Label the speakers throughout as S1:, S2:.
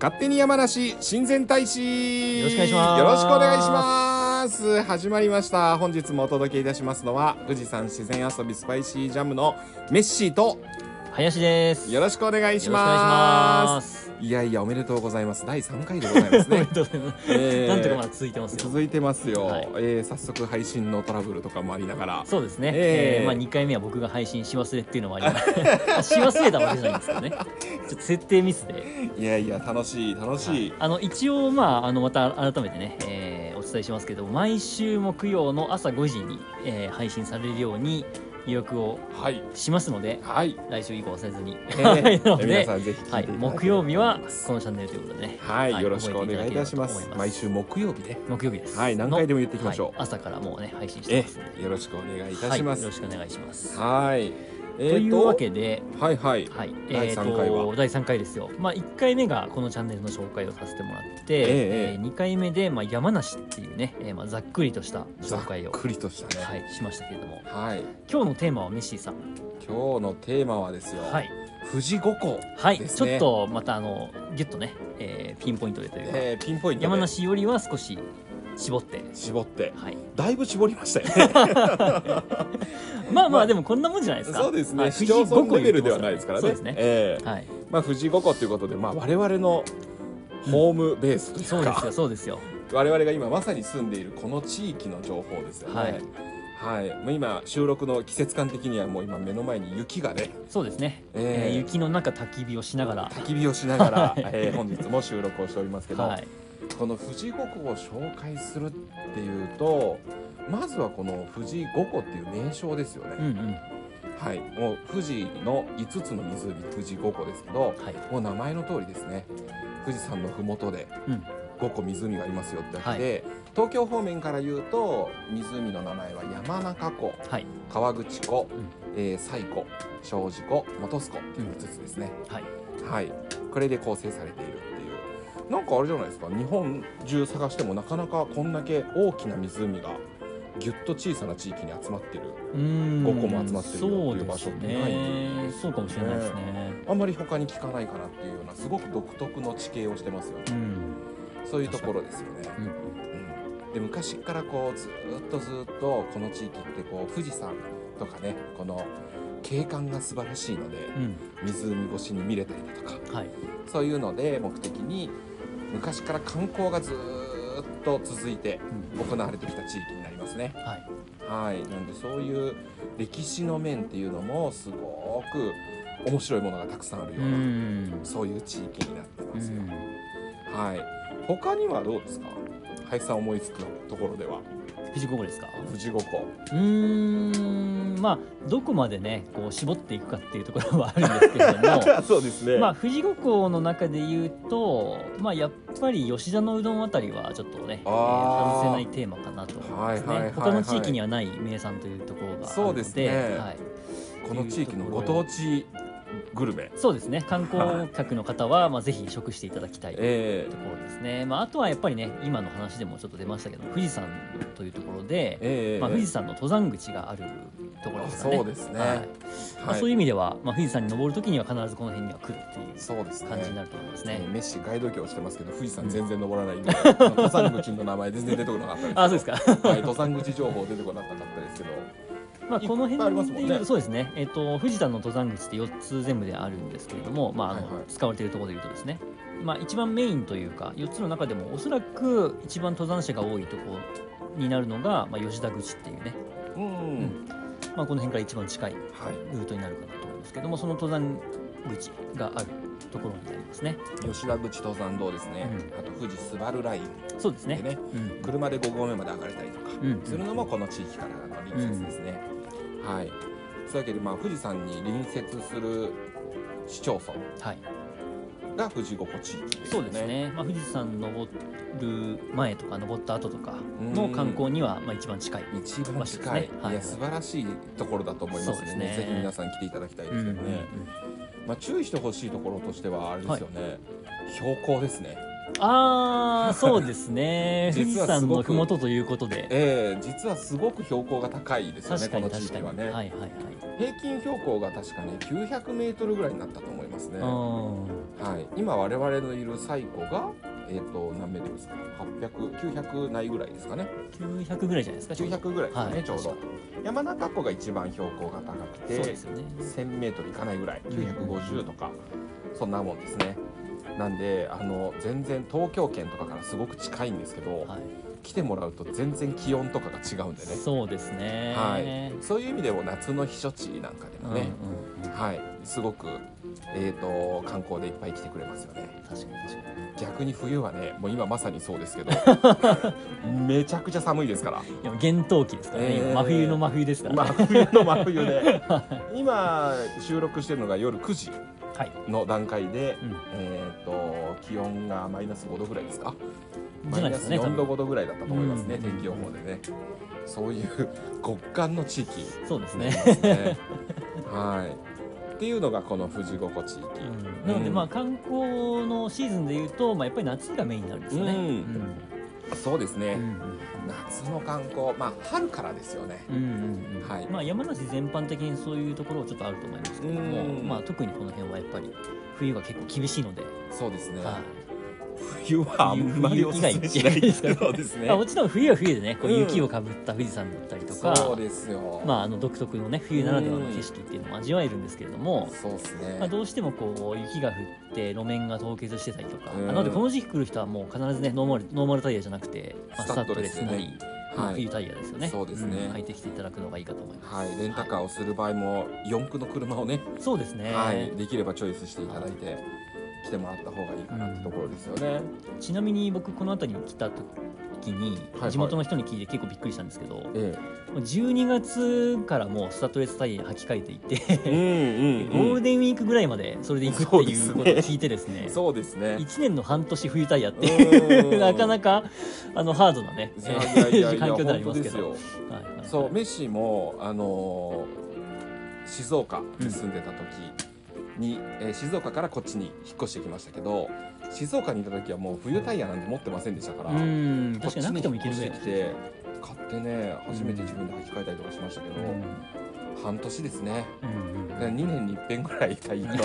S1: 勝手に山梨親善大使
S2: よろしくお願いします
S1: よろしくお願いします始まりました本日もお届けいたしますのは富士山自然遊びスパイシージャムのメッシーと
S2: 林です。
S1: よろしくお願いし
S2: よろくお願いし
S1: ま
S2: ますす。
S1: いやいやおめでとうございます第三回でございます
S2: おめで
S1: ね、
S2: とうございます。
S1: えー
S2: なんとかまだ続いてますよ。
S1: 続いてますよ、
S2: はい
S1: えー早速配信のトラブルとかもありながら
S2: そうですね。
S1: え
S2: え
S1: ー
S2: ーまあ二回目は僕が配信し忘れっていうのもあり ます。し忘れたわけじゃないんですけどね。ちょっと設定ミスで。
S1: いやいや楽しい楽しい、
S2: あの一応まああのまた改めてね、えーお伝えしますけど、毎週木曜の朝5時に、えー配信されるように予約を
S1: はい
S2: しますので、
S1: はい、
S2: 来週以 降はせずに。
S1: えー
S2: なので
S1: 皆さんぜひ聞いていただ
S2: はい、
S1: ければ
S2: 木曜日はこのチャンネルということでね。
S1: はい、
S2: はい
S1: よろしくお願いいたします
S2: 覚えていただければと思います
S1: 毎週木曜日ね
S2: 木曜日です。
S1: はい何回でも言っていき
S2: の
S1: ましょう
S2: はい朝からもうね配信して
S1: え
S2: ますんで。
S1: よろしくお願いいたしま
S2: はい、よろ
S1: す
S2: しくお願いします。
S1: はい、えー
S2: というわけで、
S1: はいはい
S2: はい、
S1: 第
S2: えーと
S1: 三回は
S2: 第3回ですよ。まあ1回目がこのチャンネルの紹介をさせてもらって、
S1: ええ
S2: え2回目でまあ山梨っていうね、えーまあざっくりとした
S1: ざっ
S2: 紹介を
S1: くりとした
S2: は
S1: ね
S2: いしましたけれども、
S1: はい、
S2: 今日のテーマはメッシーさん。
S1: 今日のテーマはですよ、
S2: はい、
S1: 富士五湖
S2: はい、
S1: です
S2: ちょ
S1: ね
S2: っとまたあのギュッとね、えーピンポイントでというか、
S1: えーピンポイントで
S2: 山梨よりは少し絞って、
S1: 絞って
S2: はい。
S1: だいぶ絞りました よね
S2: まあま
S1: まあ
S2: あでもこんなもんじゃないですか。
S1: そうです
S2: は
S1: ね
S2: い
S1: 市町村レベルではないですからね
S2: そうですね。
S1: えー
S2: はい。
S1: まあ富士五湖ということでまあ我々のホームベースとい
S2: そう
S1: う
S2: です
S1: か、
S2: よ、そうですよ。
S1: 我々が今まさに住んでいるこの地域の情報ですよね
S2: はい
S1: はい、もう今収録の季節感的にはもう今目の前に雪がね
S2: そうですね。
S1: えー
S2: えー雪の中焚き火をしながら。
S1: 焚き火をしながら、 えー本日も収録をしておりますけど、
S2: はい。
S1: この富士五湖を紹介するっていうとまずはこの富士五湖っていう名称ですよ
S2: うん
S1: ね、
S2: うん。
S1: はいもう富士の5つの湖富士五湖ですけど
S2: はい。
S1: もう名前の通りですね富士山の麓で
S2: うん。
S1: 5個湖がありますよってわけで、東京方面から言うと湖の名前は山中湖
S2: はい。
S1: 川口湖、
S2: ん
S1: えー西湖庄司湖本栖湖っていう5つですね、
S2: はい。
S1: はい、これで構成されているっていうなんかあれじゃないですか日本中探してもなかなかこんだけ大きな湖がぎゅっと小さな地域に集まってる
S2: うーん。
S1: 五個も集まってるよっていう場所
S2: そう
S1: っ
S2: です
S1: てない
S2: ね。そうかもしれないですね。
S1: あんまり他に聞かないかなっていうようなすごく独特の地形をしてますよね
S2: うん。
S1: そういうところですよね、
S2: うん。
S1: うん、で昔からこうずーっとずーっとこの地域ってこう富士山とかねこの景観が素晴らしいので
S2: うん。
S1: 湖越しに見れたりだとか
S2: はい。
S1: そういうので目的に昔から観光がずーっと続いて
S2: うん
S1: 行われてきた地域になりますね。
S2: は
S1: は
S2: い。
S1: い、なのでそういう歴史の面っていうのもすごく面白いものがたくさんある
S2: う
S1: ような、
S2: ん。
S1: そういう地域になって
S2: う
S1: ますよ。
S2: ん。
S1: はい、他にはどうですか林さん思いつくところでは
S2: 富士五湖ですか。
S1: 富士五湖
S2: うーん。まあどこまでね、こう絞っていくかっていうところはあるんですけれど も。
S1: そうですね
S2: まあ、富士五湖の中で言うと、まあ、やっぱり吉田のうどんあたりはちょっとね、えー
S1: あー
S2: 外せないテーマかなと思いますね、
S1: はいはいはいはい
S2: 他の地域にはない名産というところがあるので
S1: そうですね
S2: はい、
S1: この地域のご当地グルメ、
S2: そうですね観光客の方は、まあ、ぜひ食していただきたいとこ
S1: えー
S2: ろですね、まあ、あとはやっぱりね今の話でもちょっと出ましたけど富士山というところで、
S1: えー
S2: まあ、富士山の登山口があるところですかね
S1: そうですね
S2: はいまあ、
S1: はい
S2: そういう意味では、まあ、富士山に登るときには必ずこの辺には来るっていう
S1: そうですね
S2: 感じになると思いますね。
S1: ね、メッシガイド業してますけど富士山全然登らないんで、あの登山口の名前全然出てこなかったです
S2: あ、そうですか。
S1: はい、登山口情報出てこなかったですけど
S2: まあ、この
S1: いっぱいあります
S2: 辺
S1: も
S2: で
S1: ん
S2: い
S1: ね
S2: うそうですね、えっと富士山の登山口って4つ全部であるんですけれども、まああの
S1: はいはい
S2: 使われているところでいうとですね、まあ、一番メインというか4つの中でもおそらく一番登山者が多いところになるのが、まあ、吉田口っていうね、
S1: うん、
S2: まあ、この辺から一番近い
S1: はい
S2: ルートになるかなと思いますけどもその登山口があるところになりますね
S1: 吉田口登山道ですね、
S2: う
S1: あと富士スバルライン
S2: そうです
S1: で
S2: ね
S1: ね
S2: うん
S1: 車で5合目まで上がれたりとか
S2: うんうん
S1: するのもこの地域からの隣接ですね、はいそういうわけでまあ富士山に隣接する市町村
S2: はい
S1: が富士五湖地域ですね
S2: そうですね、まあ、富士山登る前とか登った後とかの観光にはまあ一番近い
S1: 一番近い、、
S2: 場所ですねはいい
S1: や素晴らしいところだと思います
S2: そう
S1: の
S2: で
S1: ですね
S2: ね
S1: ぜひ皆さん来ていただきたいですけどね、
S2: うんうんうん
S1: まあ、注意してほしいところとしてはあれですよね、標高ですね
S2: ああそうですね富士
S1: 実はす
S2: 山
S1: ご
S2: の
S1: く
S2: 麓ということで
S1: えー、実はすごく標高が高いですよね
S2: 確か
S1: こ
S2: に
S1: の地
S2: 確か
S1: 域
S2: に、
S1: は
S2: は
S1: ね、
S2: いはいはい、
S1: 平均標高が確かね900メートルぐらいになったと思いますね、
S2: あー
S1: はい、今我々のいる最古がえっ、と何メートルですか800900ないぐらいですかね
S2: 900ぐらいじゃないですかちょうど
S1: 900ぐらいですね、
S2: はい
S1: ちょうど
S2: 確
S1: 山中湖が一番標高が高く
S2: そう
S1: て
S2: ですよね
S1: 1000m いかないぐらい950とか、そんなもんですねなんであの全然東京圏とかからすごく近いんですけど、
S2: はい
S1: 来てもらうと全然気温とかが違うんでね
S2: そうですね
S1: はい、そういう意味でも夏の避暑地なんかで
S2: うん
S1: も
S2: うんう
S1: ね、
S2: ん、確か
S1: はい、すごく、えー、と観光でいっぱい来てくれますよね
S2: に確か
S1: 逆に冬はねもう今まさにそうですけ どめちゃくちゃ寒いですから
S2: にでも厳冬期ですからね、今
S1: えー
S2: 真冬の真冬ですからね、
S1: 真冬の真冬で今収録してるのが夜9時
S2: はい、
S1: の段階で、
S2: うん
S1: えっ、と気温がマイナス5度ぐらいですかマ
S2: じゃ
S1: イ
S2: ない
S1: ナ
S2: です
S1: ス
S2: かね多
S1: 4度
S2: 分
S1: 5度ぐらいだったと思いますね、
S2: うん
S1: 天気予報でねそういう極寒の地域
S2: そうです
S1: ね
S2: ね、
S1: はい。っていうのがこの富士五湖地域。
S2: うんなのでまあ観光のシーズンでいうと、まあ、やっぱり夏がメインになるんですよね、
S1: う
S2: うんん
S1: そうです
S2: う
S1: ね。
S2: ん
S1: 夏の観光、まあ春からですよね。
S2: うんうんうん
S1: はい
S2: まあ、山梨全般的にそういうところはちょっとあると思いますけども、
S1: うん
S2: まあ、特にこの辺はやっぱり冬が結構厳しいので、
S1: そうですね。
S2: はい
S1: 冬はあんまりおすすめしないですけどですね
S2: まあ、。もちろん冬は冬でねこう
S1: うん
S2: 雪をかぶった富士山だったりとか、
S1: そうですよ。
S2: まあ、あの独特のね冬ならではの景色っていうのも味わえるんですけれども、
S1: そうです
S2: まあ、
S1: ね。
S2: どうしてもこう雪が降って路面が凍結してたりとか、
S1: うん
S2: なのでこの時期来る人はもう必ずねノーマルノーマルタイヤじゃなくて、まあ、
S1: ス
S2: ス
S1: タ
S2: タ
S1: ッ
S2: ッ
S1: ド
S2: ド
S1: レ
S2: レ
S1: ス
S2: ス
S1: ね
S2: なり、まあ
S1: はい
S2: 冬タイヤですよね
S1: そうですね
S2: ん履いてきていただくのがいいかと思います、
S1: はい、レンタカーをする場合も四駆の車をね、
S2: そうですね、
S1: はい、できればチョイスしていただいて来てもらった方がいいかなってところですよね。
S2: ちなみに僕この辺りに来た時に
S1: はいはい
S2: 地元の人に聞いて結構びっくりしたんですけど、
S1: え
S2: 12月からもうスタッドレスタイヤに履き替えていて、
S1: え。うん
S2: ゴー ルデンウィークぐらいまでそれで行くっていうことを聞いてですね
S1: そうですね。
S2: 1年の半年冬タイヤって
S1: うん
S2: いう なかなかあのハードなね
S1: いやいやいやいや
S2: 環境ではあり
S1: 本当
S2: ま
S1: で
S2: すけ
S1: す
S2: ど
S1: よ。
S2: はいはいはい
S1: そうメッシもあのー静岡に住んでた時に、えー静岡からこっちに引っ越してきましたけど静岡にいた時はもう冬タイヤなんて持ってませんでしたから、
S2: う
S1: こ
S2: ん
S1: っ
S2: 確
S1: ち
S2: かになくてもい
S1: に
S2: け
S1: 引っ
S2: る
S1: 越
S2: ね
S1: してきて買ってね初めて自分で履き替えたりとかしましたけど、半年ですね。
S2: うんうん
S1: だから2年に一遍ぐらいタイ ヤの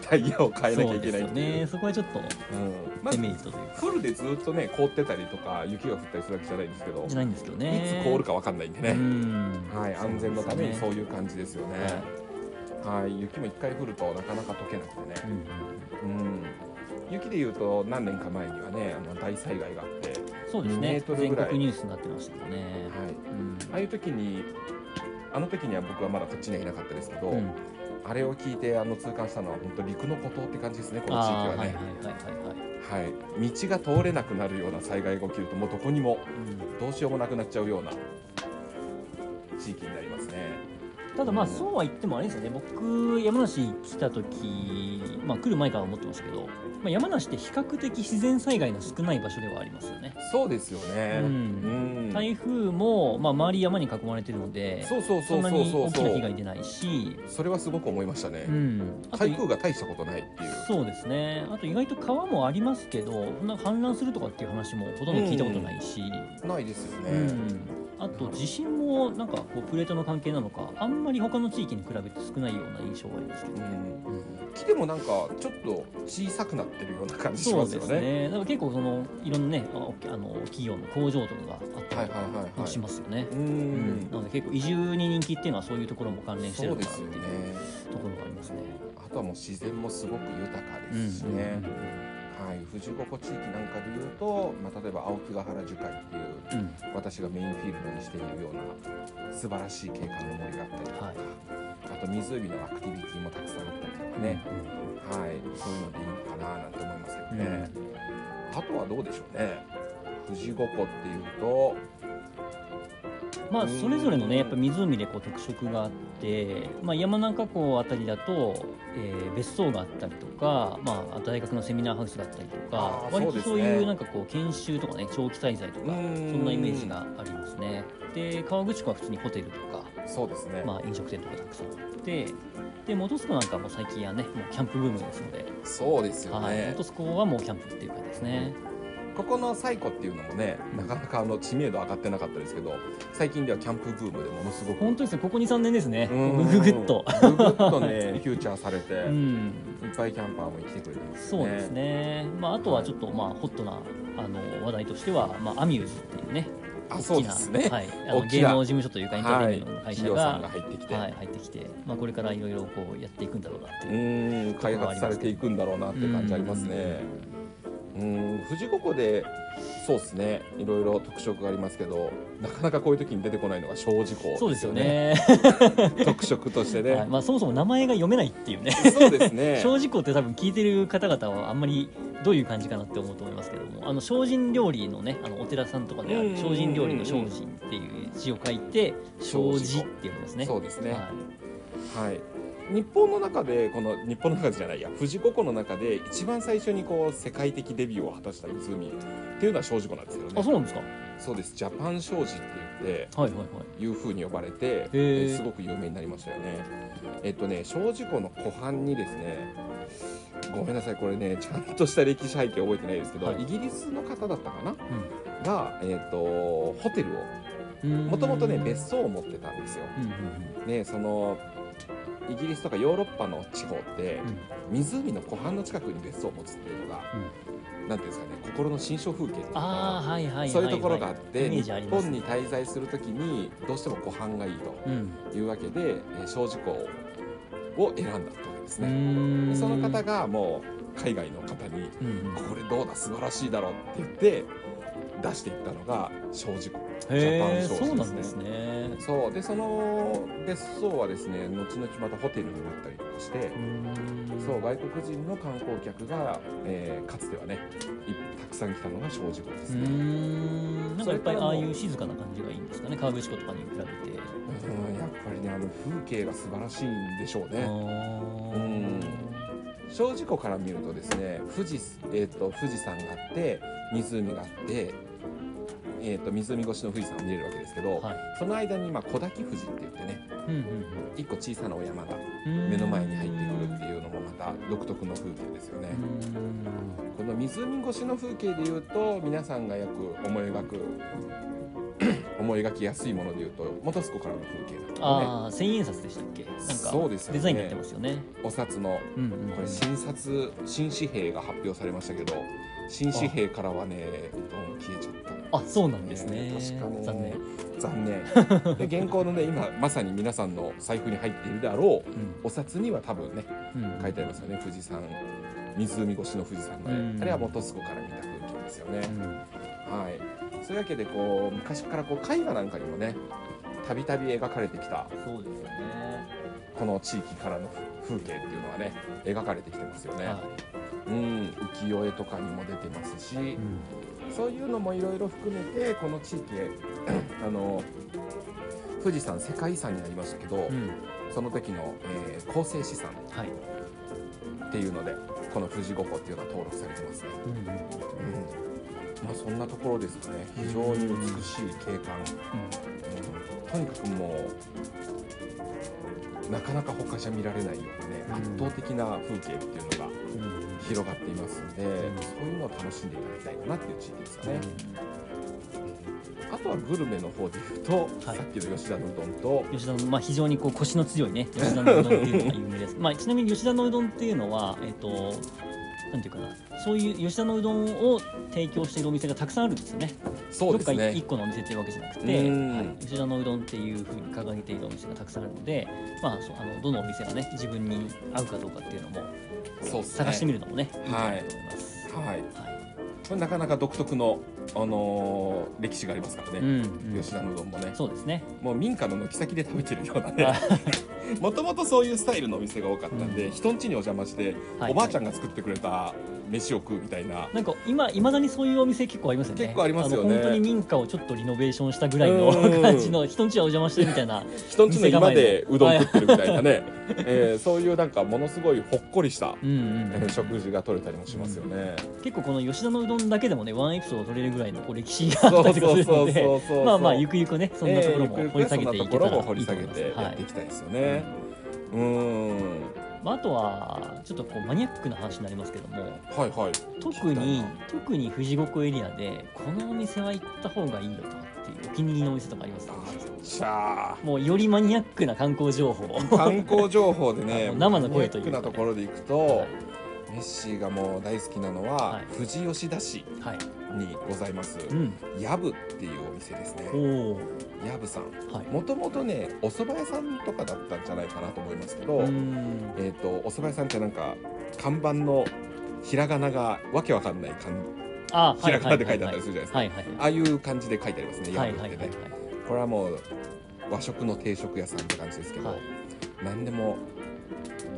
S1: タイヤを変えなきゃ
S2: そう
S1: いけない
S2: ですよ
S1: っていう
S2: ねそこはちょっと
S1: うんまあ
S2: デメリットというか
S1: フルでずっとね凍ってたりとか雪が降ったりするわけじゃないんですけど
S2: じゃないんですけど
S1: い
S2: ね
S1: つ凍るかわかんないんでね、
S2: うん
S1: はい、安全のためにそういう感じですよね。
S2: はい
S1: はい、雪も一回降るとなかなか溶けなくて
S2: う
S1: ね。
S2: んうん
S1: うん。雪で言うと何年か前にはね、あの大災害があって、
S2: そうです
S1: 2メ
S2: ね
S1: ートルぐ
S2: 全
S1: らい
S2: 国ニュースになってましたけどね
S1: はい。
S2: うん
S1: ああいう時に、あの時には僕はまだこっちにはいなかったですけど、
S2: うん
S1: あれを聞いてあの痛感したのは本当陸の孤島って感じですね、この地
S2: あ
S1: 域
S2: ー
S1: は
S2: はいはい
S1: ね
S2: は。いはいは
S1: は
S2: い
S1: い、道が通れなくなるような災害が起きるともうどこにも
S2: うん
S1: どうしようもなくなっちゃうような地域になりますね。
S2: ただまあ
S1: うん
S2: そうは言ってもあれですよね僕山梨来た時、まあ、来る前から思ってましたけど、まあ、山梨って比較的自然災害の少ない場所ではありますよね、
S1: そうですよね。
S2: うん
S1: うん
S2: 台風も、まあ、周り山に囲まれてるので
S1: そうそうそう
S2: そんな
S1: そう
S2: に
S1: そう
S2: 大きな被
S1: そう
S2: 害出ないし、
S1: それはすごく思いましたね、
S2: うん、あと
S1: 台風が大したことないっていう
S2: そうですねあと意外と川もありますけどそんな氾濫するとかっていう話もほとんど聞いたことないし、
S1: ないですよね、
S2: うん、あと地震もなんかこうプレートの関係なのかあんまり他の地域に比べて少ないような印象がありますけど
S1: う。ん
S2: うん
S1: 木でもなんかちょっと小さくなってるような感じし
S2: そ
S1: ま
S2: う
S1: す
S2: で
S1: よ
S2: す
S1: ね
S2: ね。だから結構そのいろんなねあおあの企業の工場とかがあった
S1: はい
S2: り
S1: はいはいはい
S2: しますよね。
S1: う
S2: うん
S1: ん
S2: なので結構移住に人気っていうのはそういうところも関連して
S1: そ
S2: る
S1: う
S2: の
S1: で
S2: かなっ
S1: す
S2: てい
S1: よ
S2: う
S1: ね
S2: ところがありますね。
S1: あとはもう自然もすごく豊か
S2: う
S1: ですし
S2: ん
S1: ね、はい、富士五湖地域なんかでいうと、まあ、例えば青木ヶ原樹海っていう
S2: うんうん
S1: 私がメインフィールドにしているような素晴らしい景観の森があったりとか、
S2: はい
S1: あと湖のアクティビティもたくさんあったりとかね、はい、そういうのでいいのかななんて思いますけど
S2: うん
S1: ね、あとはどうでしょうね富士五湖っていうと
S2: まあ
S1: うん
S2: それぞれのねやっぱ湖でこう特色があって、まあ、山中湖あたりだと、えー別荘があったりとか、まあ、大学のセミナーハウスがあったりと
S1: あ
S2: か
S1: ー
S2: 割
S1: そうで
S2: と
S1: すね
S2: そういうなんかこう研修とかね長期滞在とか
S1: そ
S2: そんなイメージがありますね。で川口湖は普通にホテルとか、
S1: そうですね、
S2: まあ、飲食店とかたくさんあってで本栖湖なんかも最近はねもうキャンプブームですので、
S1: そうですよ
S2: はい、
S1: ね、
S2: 本栖湖はもうキャンプっていう感じですね。
S1: ここの西湖っていうのもねなかなかあの知名度上がってなかったですけど最近ではキャンプブームでものすごく
S2: 本当ですねここ23年ですね
S1: うん
S2: ぐ ぐぐっと。
S1: ぐぐっと ねフューチャーされて、
S2: う
S1: いっ
S2: ん
S1: ぱいキャンパーも来てくれてますね
S2: そうですね、まあ、あとはちょっと、まあ、ホットなあの話題としては、まあ、アミューズっていうね
S1: あ
S2: 大
S1: そう
S2: き
S1: で
S2: な
S1: すね
S2: はい、あの
S1: 大き
S2: 芸
S1: な
S2: 能事務所というかエンターテインメントの会社
S1: 企業
S2: が,、
S1: さんが
S2: は
S1: 入ってき
S2: い
S1: て、
S2: 入ってきて、まあ、これからいろいろこうやっていくんだろうなって
S1: う
S2: いう、
S1: ーん開発されていくんだろうなって感じありますねうん富士五湖でそうですねいろいろ特色がありますけどなかなかこういう時に出てこないのが小事
S2: そ
S1: 故で
S2: うですす
S1: よ
S2: よ
S1: ね
S2: ね
S1: 特色としてね、
S2: はいまあ、そもそも名前が読めないっていうね
S1: そうです ね
S2: 小事故って多分聞いてる方々はあんまりどういう感じかなって思うと思いますけどもあの精進料理のねあのお寺さんとかであ
S1: うんうん
S2: る
S1: うんうん
S2: 精進料理の精進っていう字を書いて
S1: 精
S2: 精
S1: 進
S2: 進っていうことですね。
S1: そうですね、
S2: はい
S1: はい、日本の中でこの日本の中でじゃないや富士五湖の中で一番最初にこう世界的デビューを果たした湖っていうのは小事湖なんですけどね
S2: あそうなんですか
S1: そうですジャパン小事って言って
S2: はいはいはい。
S1: いう風に呼ばれて、え
S2: へー
S1: ーすごく有名になりましたよねえっとね小事湖の湖畔にですねごめんなさいこれねちゃんとした歴史背景覚えてないですけど、
S2: はい
S1: イギリスの方だったかな、が、えっとホテルをもともとね別
S2: 荘。
S1: 荘を持ってたんですよ
S2: うんうん
S1: ねそのイギリスとかヨーロッパの地方って
S2: うん
S1: 湖の湖畔の近くに別荘を持つっていうのが、なんていうんですかね心の新象風景っていう
S2: あ
S1: か
S2: あはいはいはいはい。
S1: そういうところがあって、
S2: イメー
S1: 日
S2: ジあります
S1: 本に滞在するときにどうしても湖畔がいい
S2: うん。
S1: というわけでえー小事故を選んだってわけです
S2: う
S1: ね、
S2: ーん
S1: その方。がもう海外の方に
S2: うんう
S1: 「
S2: ん
S1: これどうだ素晴らしいだろ」って言って出していったのが小事故
S2: へえ
S1: ジャパン小
S2: そう
S1: 心ですね
S2: なんですね。
S1: そうでその別荘はですね後々またホテルになったりとかして
S2: う、ーん
S1: そう外国人の観光客が、えーかつてはねいたくさん来たのが正直です
S2: うー
S1: ね、
S2: んなんかやっぱ
S1: それ
S2: り
S1: からも
S2: ああいう静かな感じがいいんですかね河口湖とかに比べて。
S1: うんやっぱりねあの風景が素晴らしいんでしょう
S2: あ
S1: ね
S2: ー
S1: うん正直湖から見るとですね富士,、えー、と富士山があって湖があって、えー、と湖越しの富士山を見れるわけですけど、
S2: はい
S1: その間に今小滝富士って言ってね
S2: うんうん
S1: 一個小さなお山が
S2: うん
S1: 目の前に入ってくるっていうのもまた独特の風景ですよね。こ
S2: う
S1: の湖越しの風景でいうと皆さんがよく思い描く 思い描きやすいものでいうと本栖湖からの風景だと
S2: ーん
S1: かね
S2: ああ千円札でしたっけなん
S1: そうです
S2: か
S1: よね
S2: デザインになってますよね。
S1: お札の
S2: うんうん
S1: これ新札新紙幣が発表されましたけど新紙幣からはねどん消えちゃった
S2: あそうなんですね。
S1: 確かね
S2: 残念。
S1: 残念で現行のね今まさに皆さんの財布に入っているであろう
S2: うん
S1: お札には多分ね
S2: うん
S1: 書いてありますよね富士山湖越しの富士山のね、
S2: うん
S1: あれは本栖湖から見た風景ですよね、
S2: うん
S1: はい、そういうわけでこう昔からこう絵画なんかにもねたびたび描かれてきた
S2: そうですよね。
S1: この地域からの風景っていうのはね描かれてきてますよね、
S2: は
S1: うん浮世絵とかにも出てますし、
S2: い。うん
S1: そういうのもいろいろ含めてこの地域へ あの富士山世界遺産になりましたけど、
S2: うん
S1: その時の、えー構成資産
S2: はい。
S1: っていうのでこの富士五湖っていうのは登録されてますね、
S2: うんうんうん
S1: うんまあ、そんなところですかね非常に美しい景観、とにかくもうなかなか他じゃ見られないようなね、
S2: うん
S1: 圧倒的な風景っていうのが
S2: うん
S1: 広がっていますんで、
S2: ん
S1: そういうのを楽しんでいただきたいかなっていう地域ですかね、あとはグルメの方でいうと、
S2: はい
S1: さっきの吉田のうどんと
S2: 吉田の、まあ、非常にこう腰の強いね吉田のうどんっていうのが有名です、まあ、ちなみに吉田のうどんっていうのはえっ、となんていうかなそういう吉田のうどんを提供しているお店がたくさんあるんですよね
S1: そうです
S2: どっか一
S1: ね
S2: 個のお店っていうわけじゃなくて、
S1: うん
S2: はい、吉田のうどんっていうふうに掲げているお店がたくさんあるので、まあ、そうあのどのお店がね自分に合うかどうかっていうのも
S1: そうですね
S2: 探してみるのもねいいか
S1: は
S2: ないと思います。
S1: はい
S2: はい
S1: これなかなか独特の、あのー歴史がありますから
S2: う
S1: ね、
S2: んうん
S1: 吉田のうどんもね
S2: そうですね。
S1: もう民家の軒先で食べてるようなね
S2: あ
S1: もともとそういうスタイルのお店が多かったんで、人ん家にお邪魔して、
S2: はい
S1: おばあちゃんが作ってくれた飯を食うみたいな、
S2: なんか今いまだにそういうお店結構ありますよね
S1: 結構ありますよね
S2: の本当に民家をちょっとリノベーションしたぐらいの
S1: うん
S2: 感じの人んちはお邪魔してるみたいな
S1: 人ん家の居間でうどん食ってるみたいなね、えーそういうなんかものすごいほっこりした
S2: うんうん
S1: えー食事が取れたりもしますよね。
S2: 結構この吉田のうどんだけでもねワンエピソード取れるぐらいのこう歴史があ
S1: そ
S2: った
S1: う
S2: りとか
S1: そ
S2: す
S1: う
S2: る
S1: そ
S2: の
S1: う
S2: で
S1: そうそう。
S2: まあまあゆくゆくねそんなところも掘り下げていけたらいいと
S1: 掘り
S2: 思
S1: 下
S2: い
S1: げ
S2: ます
S1: てや
S2: は
S1: ってい
S2: い
S1: きたいですよね。うーん。
S2: まああとはちょっとこうマニアックな話になりますけども
S1: はいはい。
S2: 特
S1: 聞き
S2: に
S1: たい
S2: 特に富士五湖エリアでこのお店は行った方がいいよとかっていうお気に入りのお店とかありますか
S1: じゃあ
S2: もうよりマニアックな観光情報を
S1: 観光情報で
S2: あ
S1: ね、
S2: の生の声というかね
S1: マニアックなところでいくと、
S2: は
S1: メッシーがもう大好きなのは、
S2: はい
S1: 富士吉田市
S2: い、はい、
S1: にございます。
S2: うん
S1: ヤブっていうお店ですね。
S2: おお
S1: ヤブさん。
S2: はい
S1: もともとね、お蕎麦屋さんとかだったんじゃないかなと思いますけど。
S2: うーん
S1: えー、とお蕎麦屋さんってなんか看板のひらがながわけわかんない感
S2: あ
S1: ひらがなで書いてあったりするじゃないですか、
S2: はいはい
S1: ああいう感じで書いてありますね
S2: は
S1: ヤ
S2: い
S1: ブっ
S2: はい
S1: て
S2: は
S1: ね
S2: い
S1: これはもう和食の定食屋さんって感じですけど、
S2: はい
S1: 何でも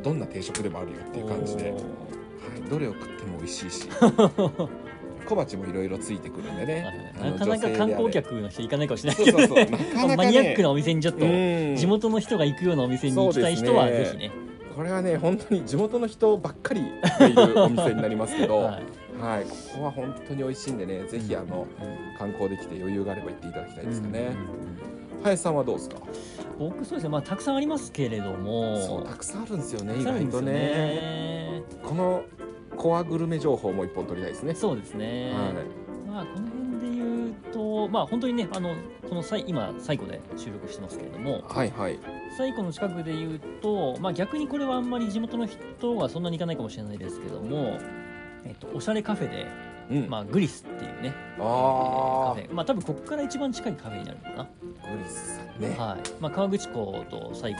S1: どんな定食でもあるよっていう感じで、は
S2: おー
S1: い、どれを食っても美味しい し小鉢もいろいろついてくるんでね
S2: なかなか観光客の人行かないかもしれない
S1: そうそ
S2: け
S1: うそう
S2: ど
S1: な
S2: ね
S1: かなか、ね、
S2: マニアックなお店にちょっと
S1: うん
S2: 地元の人が行くようなお店に行きたい人は
S1: そうで
S2: ぜ
S1: す
S2: ひね
S1: これはね本当に地元の人ばっかりがいるお店になりますけど、
S2: はい
S1: はい、ここは本当に美味しいんでね、ぜひあの
S2: うん
S1: 観光できて余裕があれば行っていただきたいですかね。
S2: うんうんうん
S1: 林さんはどうですか。
S2: 僕そうですねまあたくさんありますけれども
S1: そう、たくさんあるんですよね。
S2: た
S1: 意
S2: くさんある
S1: 外
S2: んです
S1: と
S2: よ
S1: ね
S2: ね
S1: このコアグルメ情報も一本取りたいですね。
S2: そうですね、
S1: はい、
S2: まあこの辺で言うとまあ本当にねあのこの際今西湖で収録してますけれども
S1: はい、はい、
S2: 西湖の近くで言うとまあ逆にこれはあんまり地元の人はそんなに行かないかもしれないですけどもえっとおしゃれカフェで
S1: うん、
S2: まあグリスっていうねカ
S1: あ
S2: フェまあ多分ここから一番近いカフェになるのかな
S1: あ、グリスさんね。
S2: はいまあ、川口港と西湖の、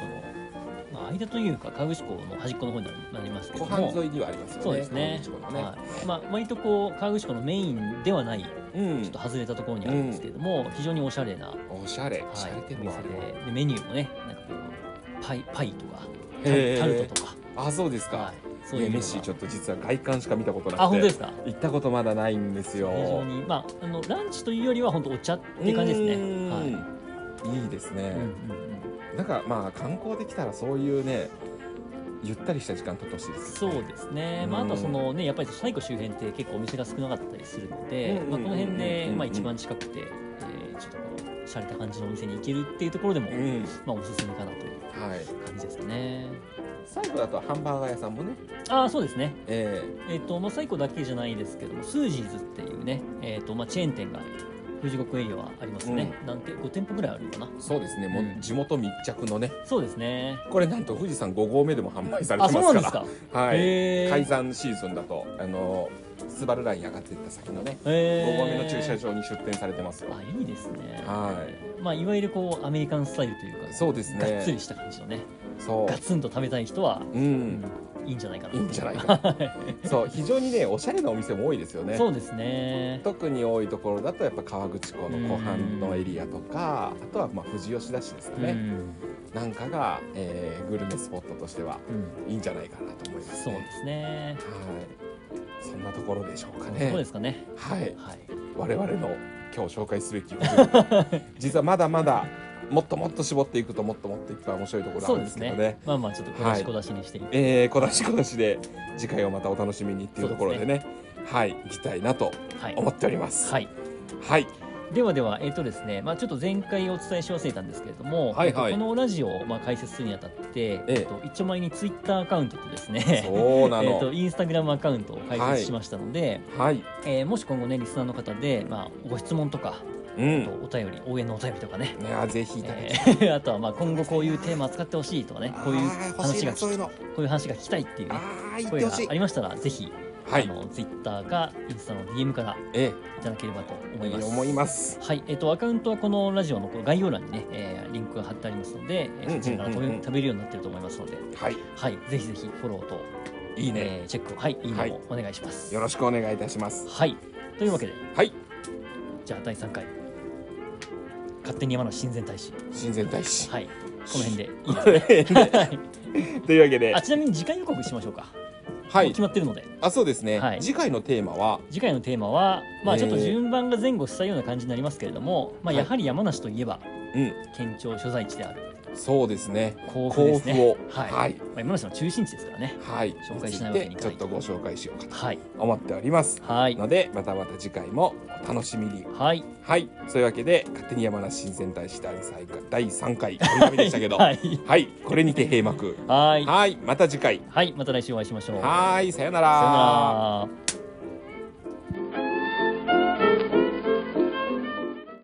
S2: まあ、間というか川口港の端っこの方になりますけ
S1: 湖
S2: ど
S1: 畔
S2: も
S1: 沿いにはありますよね。
S2: そうですね
S1: 河口湖のね
S2: はいまあ、割とこう川口湖のメインではないち
S1: う
S2: ょっと外れたところにあるんですけれども、非常におしゃれな、はい、
S1: ん、おしゃれ、おしゃれ
S2: お
S1: 店もあ
S2: 店
S1: る
S2: ででメニューもねなんかこうパイパイとかタ
S1: へ
S2: ル
S1: ー
S2: タルトとか、
S1: あ、そうです
S2: は
S1: か。
S2: い、
S1: い
S2: そうい
S1: や、
S2: う
S1: メ
S2: の
S1: ッシーちょ
S2: が
S1: っと実は外観しか見たことなくて。
S2: あ本当ですか
S1: 行ったことまだないんですよ。
S2: 非常にまああのランチというよりは本当お茶って感じです
S1: う
S2: ね
S1: ん
S2: はい、
S1: いいですね。
S2: うんうんうん
S1: なんかまあ観光できたらそういうねゆったりした時間とってほしいです
S2: そ
S1: よね。
S2: うですね、まあ、
S1: う
S2: あ
S1: ん
S2: とそのねやっぱり西湖周辺って結構お店が少なかったりするので、
S1: うんうんうん
S2: まあ、この辺
S1: うん
S2: で
S1: う、ん
S2: まあ、一番近くて、えーちょっとこう洒落た感じのお店に行けるっていうところでも、
S1: うん、
S2: まあ、おすすめかなという
S1: はい。
S2: 感じですかね
S1: 最後だとハンバーガー屋さんもね、
S2: ああそうですね
S1: え
S2: えっ、と、まあ、西湖だけじゃないですけどもスージーズっていうね、えっとまあ、チェーン店が富士五湖エリアはありますね、なんて5店舗ぐらいあるのかな
S1: ーそうですね、もう地元密着のね、
S2: そうですね
S1: これなんと富士山5合目でも販売され
S2: あ
S1: て
S2: そう
S1: ま
S2: なん
S1: す
S2: で
S1: か
S2: す
S1: ら、
S2: か
S1: はい。
S2: へえ
S1: 開山シーズンだとあのスバルライン上がっていった先のね、5合目の駐車場に出店されてますよ。
S2: あいいですね
S1: はい。
S2: まあ、いわゆるこうアメリカンスタイルというか
S1: そうですね
S2: がっつりした感じのね
S1: そ
S2: ガツンと食べたい人は、
S1: う。うん。
S2: いいんじゃないかない
S1: いんじゃない
S2: か、
S1: かな。そう非常にねおしゃれなお店も多いですよね。
S2: そうですね
S1: 特に多いところだとやっぱ川口湖の湖畔のエリアとかあとはまあ富士吉田市ですか
S2: う
S1: ね、
S2: ん
S1: なんかが、えーグルメスポットとしては
S2: うん
S1: いいんじゃないかなと思います、
S2: そう
S1: ね、
S2: ですね
S1: はいそんなところでしょうかね
S2: そうですかね
S1: はい
S2: はい
S1: 我々の今日紹介すべきグルメ 実はまだまだもっともっと絞っていくともっともっといっぱい面白いところある
S2: そうんで
S1: です
S2: す
S1: けど
S2: ね
S1: ね
S2: まあまあちょっと小出し小出しにしてい
S1: えー、小出し小出しで次回をまたお楽しみにっていうところでねはい行きたいなと
S2: はい、
S1: 思っております
S2: はい、
S1: はい
S2: ではではえっ、とですね、まあ、ちょっと前回お伝えし忘れたんですけれど
S1: は
S2: も、
S1: いはい
S2: えっとこのラジオをまあ解説するにあたって、えっと一応前にツイッターアカウントとですね
S1: そうな
S2: えっ
S1: の
S2: とインスタグラムアカウントを開設しましたので、
S1: はい
S2: えーもし今後ねリスナーの方で、まあ、ご質問とか
S1: う
S2: あと
S1: ん
S2: お便り応援のお便りとかね、
S1: いやぜひいただきたい
S2: えー あとはまあ今後こういうテーマ扱ってほしいとかねこういう
S1: あー欲しい
S2: 話
S1: な
S2: が聞き
S1: そういうの
S2: こういう話が聞きたいっていうね
S1: ああ言っ
S2: 声
S1: て
S2: が
S1: ほしい
S2: ありましたらぜひ、
S1: は
S2: あ
S1: い
S2: のツイッターかインスタの DM から
S1: え
S2: いただければと
S1: え
S2: 思います。
S1: 思います
S2: はい、えっ、とアカウントはこのラジオのこの概要欄にね、えーリンクが貼ってありますので、えーそちらから
S1: う
S2: 飛べ
S1: んうんうんうん
S2: 飛べるようになってると思いますので、
S1: はい
S2: はい、ぜひぜひフォローと
S1: いいね
S2: えーチェックをはいいい
S1: はい
S2: ねもお願いします。
S1: よろしくお願いいたします
S2: はい、というわけで
S1: はい
S2: じゃあ第3回勝手に山の親善大使
S1: 親善大使
S2: はいこの 辺で。はい
S1: というわけで
S2: あちなみに次回予告しましょうか。
S1: は
S2: も
S1: い
S2: う決まってるので。
S1: あそうですね、
S2: はい
S1: 次回のテーマは
S2: 次回のテーマは、まあ、ちょっと
S1: えー
S2: 順番が前後したような感じになりますけれども、まあ、
S1: はい
S2: やはり山梨といえば
S1: うん
S2: 県庁所在地である
S1: そうですね
S2: 甲府
S1: 甲
S2: です
S1: 府
S2: ね
S1: を
S2: はい
S1: はい
S2: まあ、山梨の中心地ですからね
S1: はい、
S2: 紹介しないわけにい
S1: につい
S2: か
S1: てちょ
S2: ない
S1: っとご紹介しようか
S2: はい
S1: と思っております
S2: はい
S1: のでまたまた次回もお楽しみに
S2: はい
S1: はいそういうわけで勝手に山梨親善大使第3回第3回お りでしたけど
S2: は
S1: はい、
S2: い
S1: これにて閉幕
S2: はい
S1: はいまた次回
S2: はいまた来週お会いしましょうさよ
S1: はいさよう
S2: なら